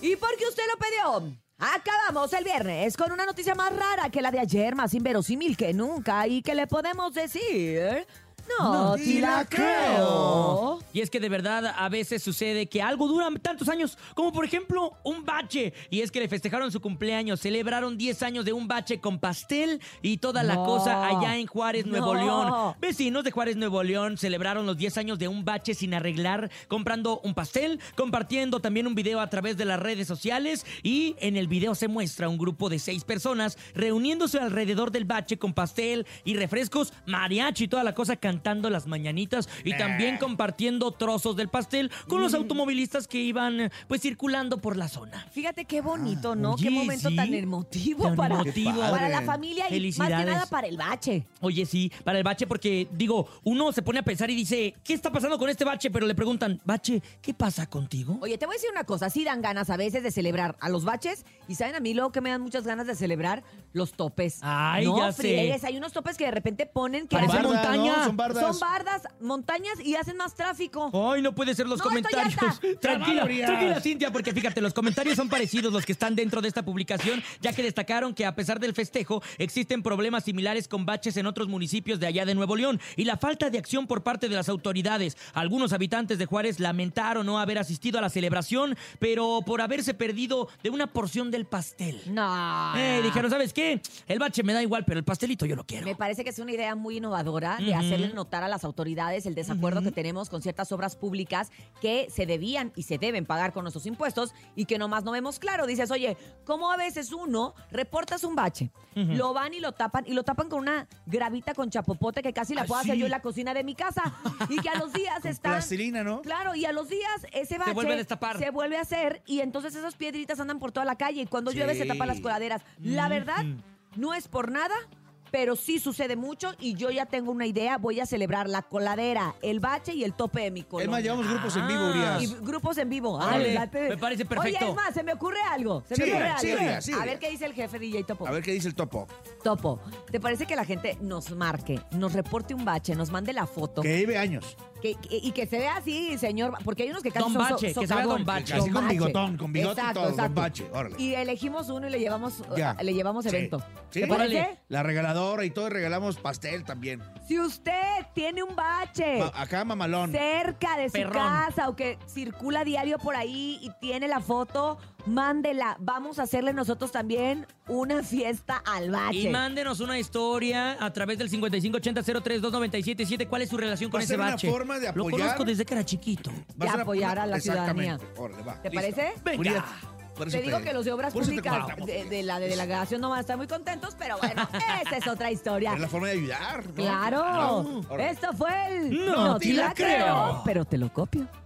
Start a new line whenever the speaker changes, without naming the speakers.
¿Y por qué usted lo pidió? Acabamos el viernes con una noticia más rara que la de ayer, más inverosímil que nunca y que le podemos decir... No, te la creo.
Y es que de verdad a veces sucede que algo dura tantos años, como por ejemplo un bache. Y es que le festejaron su cumpleaños, celebraron 10 años de un bache con pastel y toda la
No.
cosa allá en Juárez, Nuevo
No.
León. Vecinos de Juárez, Nuevo León celebraron los 10 años de un bache sin arreglar, comprando un pastel, compartiendo también un video a través de las redes sociales. Y en el video se muestra un grupo de seis personas reuniéndose alrededor del bache con pastel y refrescos, mariachi y toda la cosa, cantando las mañanitas y también compartiendo trozos del pastel con los automovilistas que iban eh, pues circulando por la zona.
Fíjate qué bonito, ¿no? qué
Ah, oye,
momento
sí.
tan emotivo
Tan
para,
emotivo.
para la familia y más que
Felicidades.
nada para el bache.
Oye, sí, para el bache, porque digo, uno se pone a pensar y dice, ¿qué está pasando con este bache? Pero le preguntan, bache, ¿qué pasa contigo?
Oye, te voy a decir una cosa, sí dan ganas a veces de celebrar a los baches y saben a mí luego que me dan muchas ganas de celebrar los topes.
Ay,
no,
ya sé.
friegues, hay unos topes que de repente ponen que
Parece
hacen-
barda, montaña.
¿no? Son bardas.
son bardas, montañas y hacen más tráfico.
Ay, no puede ser los
No, estoy
comentarios.
harta.
Tranquila,
Valorías.
tranquila, Cintia, porque fíjate, los comentarios son parecidos los que están dentro de esta publicación, ya que destacaron que a pesar del festejo, existen problemas similares con baches en otros municipios de allá de Nuevo León y la falta de acción por parte de las autoridades. Algunos habitantes de Juárez lamentaron no haber asistido a la celebración, pero por haberse perdido de una porción del pastel.
No.
Eh, dijeron, ¿sabes qué? El bache me da igual, pero el pastelito yo lo quiero.
Ah. Me parece que es una idea muy innovadora de
Ujú.
hacerle notar a las autoridades el desacuerdo que tenemos con ciertas obras públicas que se debían y se deben pagar con nuestros impuestos y que nomás no vemos claro. Dices, oye, ¿cómo a veces uno reportas un bache? Lo van y lo tapan y lo tapan con una gravita con chapopote que casi la
Ah,
puedo hacer
sí.
yo en la cocina de mi casa y que a los días están...
Plastilina, ¿no?
Claro, y a los días ese bache
vuelve a destapar.
se vuelve a hacer y entonces esas piedritas andan por toda la calle y cuando llueve se
Sí.
tapan las coladeras. La verdad, no es por nada, pero sí sucede mucho y yo ya tengo una idea, voy a celebrar la coladera, el bache y el tope de mi
Es más,
colonia.
llevamos grupos en vivo, Urias.
Y grupos en vivo. Ah,
Órale,
adelante.
me parece perfecto.
Oye, es más, se me ocurre algo. Se me
Sí,
ocurre
sí,
algo.
Urias, sí,
a ver
Urias.
qué dice el jefe DJ Topo.
A ver qué dice el topo.
Topo, ¿te parece que la gente nos marque, nos reporte un bache, nos mande la foto?
Que vive años.
Que- que- y que se vea así, señor, porque hay unos que casi
Don
son so-
Bache, que se vea
socavón.
Don Bache.
Así con bigotón, con bigote y
Exacto,
todo, con
exacto.
bache, órale.
Y elegimos uno y le llevamos, uh,
Ya.
le llevamos
Sí.
evento.
Sí.
¿Te
Órale.
parece?
La regaladora y todo, y regalamos pastel también.
Si usted tiene un bache
Ma- acá mamalón.
cerca de su
Perrón.
casa o que circula diario por ahí y tiene la foto, mándela. Vamos a hacerle nosotros también una fiesta al
Y
bache.
mándenos una historia a través del 5580-032977. ¿Cuál es su relación con
Va a
ese
ser una
bache?
forma de
Lo
apoyar.
conozco desde que era chiquito.
Va
de
ser una-
apoyar a la
Exactamente.
ciudadanía.
Órale, va.
¿Te
listo.
parece?
Venga.
Urias, por eso
Te digo que los de obras
por eso te
públicas
compramos,
de,
Urias.
de la de delegación no van a estar muy contentos, pero bueno, esa es otra historia.
Es la forma de ayudar. ¿no?
Claro.
Ah, órale.
Esto fue el
No te la creo.
pero te lo copio.